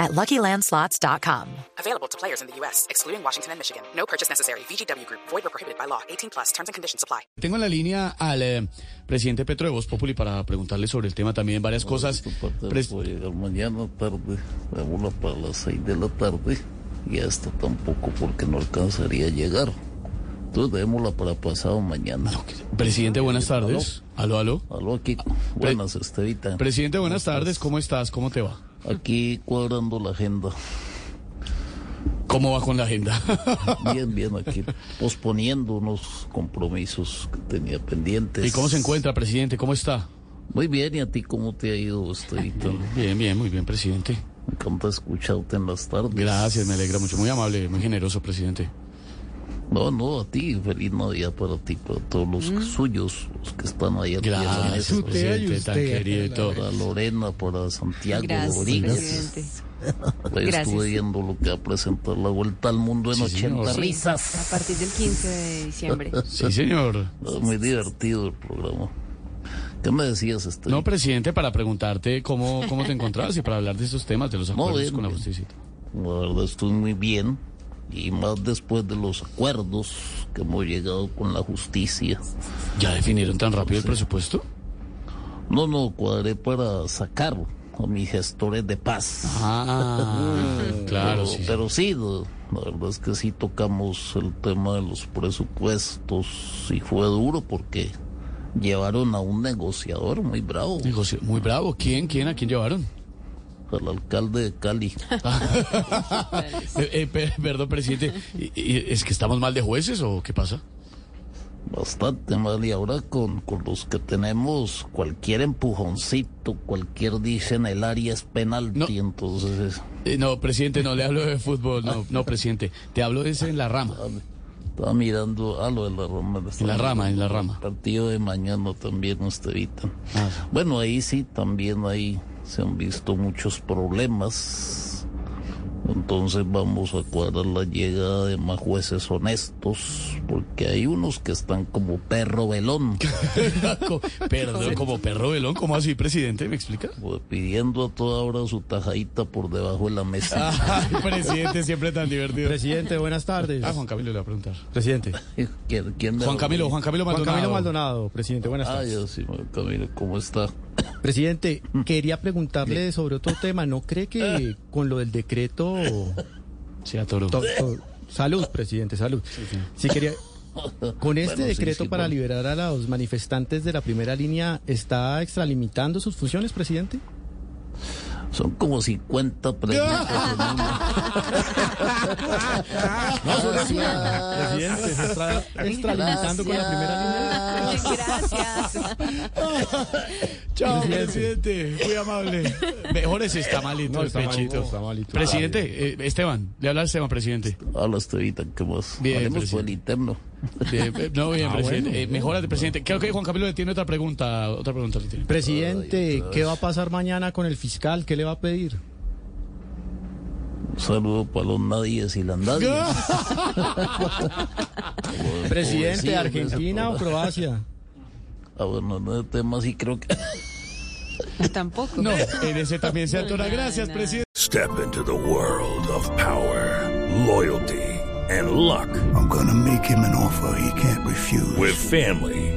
at luckylandslots.com. Available to players in the U.S., excluding Washington and Michigan. No purchase necessary. VGW Group, void or prohibited by law. 18 plus terms and conditions apply. Tengo en la línea al eh, presidente Petro de Voz Populi para preguntarle sobre el tema también varias cosas. Pres- Voy a llegar mañana tarde, a una para las 6 de la tarde, y a esta tampoco porque no alcanzaría a llegar. Entonces démosla para pasado mañana. presidente, buenas tardes. Aló, aló. Aló aquí, buenas Estevita. Presidente, buenas tardes. ¿Cómo estás? ¿Cómo te va? Aquí cuadrando la agenda. ¿Cómo va con la agenda? Bien, bien aquí, posponiendo unos compromisos que tenía pendientes. ¿Y cómo se encuentra, presidente? ¿Cómo está? Muy bien, ¿y a ti cómo te ha ido, Estevita? Me Bien, bien, muy bien, presidente. encanta escucharte en las tardes. Gracias, me alegra mucho. Muy amable, muy generoso, presidente. No, no, a ti, feliz Navidad para ti, para todos los Mm. suyos, los que están ahí a Gracias, presidente, tan querido y todo. Para Lorena, para Santiago Gracias, Rodríguez. presidente. Ahí estuve viendo lo que va a presentar la vuelta al mundo en Sí, 80 señor. risas. A partir del 15 de diciembre. Sí, señor. Ah, Muy divertido el programa. ¿Qué me decías, este? No, presidente, para preguntarte cómo, cómo te encontrabas y para hablar de estos temas, de los acuerdos bien, con la bien. justicia. La verdad estoy muy bien y más después de los acuerdos que hemos llegado con la justicia. ¿Ya definieron tan rápido el presupuesto? No, no, cuadré para sacar a mis gestores de paz. Ah, claro, pero, sí. sí. pero sí, la la verdad es que sí tocamos el tema de los presupuestos y fue duro porque llevaron a un negociador muy bravo, Negocio- Muy bravo. ¿Quién? ¿Quién? ¿A quién llevaron? al alcalde de Cali. Eh, eh, pe- perdón, presidente. ¿Y- y- ¿Es que estamos mal de jueces o qué pasa? Bastante mal y ahora con, con los que tenemos cualquier empujoncito, cualquier dice en el área es penalti, entonces es- Eh, no, presidente, no le hablo de fútbol. No, no, presidente. Te hablo de ese en la rama. estaba mirando a lo de la rama. En la rama, en la El rama. partido de mañana también nos evitan. Ah. Bueno, ahí sí, también ahí se han visto muchos problemas. Entonces vamos a cuadrar la llegada de más jueces honestos, porque hay unos que están como perro velón, Co- Perdón, como perro velón. ¿Cómo así, presidente? ¿Me explica? pues, pidiendo a toda hora su tajadita por debajo de la mesa. Ay, presidente, siempre tan divertido. Presidente, buenas tardes. Ah, Juan Camilo le va a preguntar. Presidente. ¿Quién- quién me Juan lo Camilo, dijo? Juan Camilo Juan Maldonado. Camilo Maldonado, presidente, buenas Ah, tardes. yo sí, Juan Camilo, ¿cómo está? Presidente, quería preguntarle sobre otro tema. ¿No cree que con lo del decreto... Sí, atoró. to- to- salud, presidente, salud. Sí, quería... Con este Bueno, sí, decreto sí, para bueno. liberar a los manifestantes de la primera línea, ¿está extralimitando sus funciones, presidente? Son como 50 preguntas. en una. Presidente, ¿se está extralimitando con la primera línea? Gracias. Chao, presidente. Muy amable. Mejores está malito No, el está malito, pechito. está malito. Presidente, eh, Esteban, le habla a Esteban, presidente. Habla Estevita, ¿qué más? Bien, Hablemos por el presidente. interno. Bien, eh, no, bien, Ah, presidente. bueno. Eh, mejoras de presidente. Creo que Juan Camilo le tiene otra pregunta. Otra pregunta le tiene. Presidente, ¿qué va a pasar mañana con el fiscal? ¿Qué le va a pedir? Un saludo para los nadies y las nadies. Bueno, Presidente, pobrecillos, ¿Argentina o ¿no? Croacia? Ah, bueno, en ese tema sí creo que... Tampoco. No, en ese también se atora. Gracias, No, no. presidente. Step into the world of power, loyalty, and luck I'm gonna make him an offer he can't refuse. with family,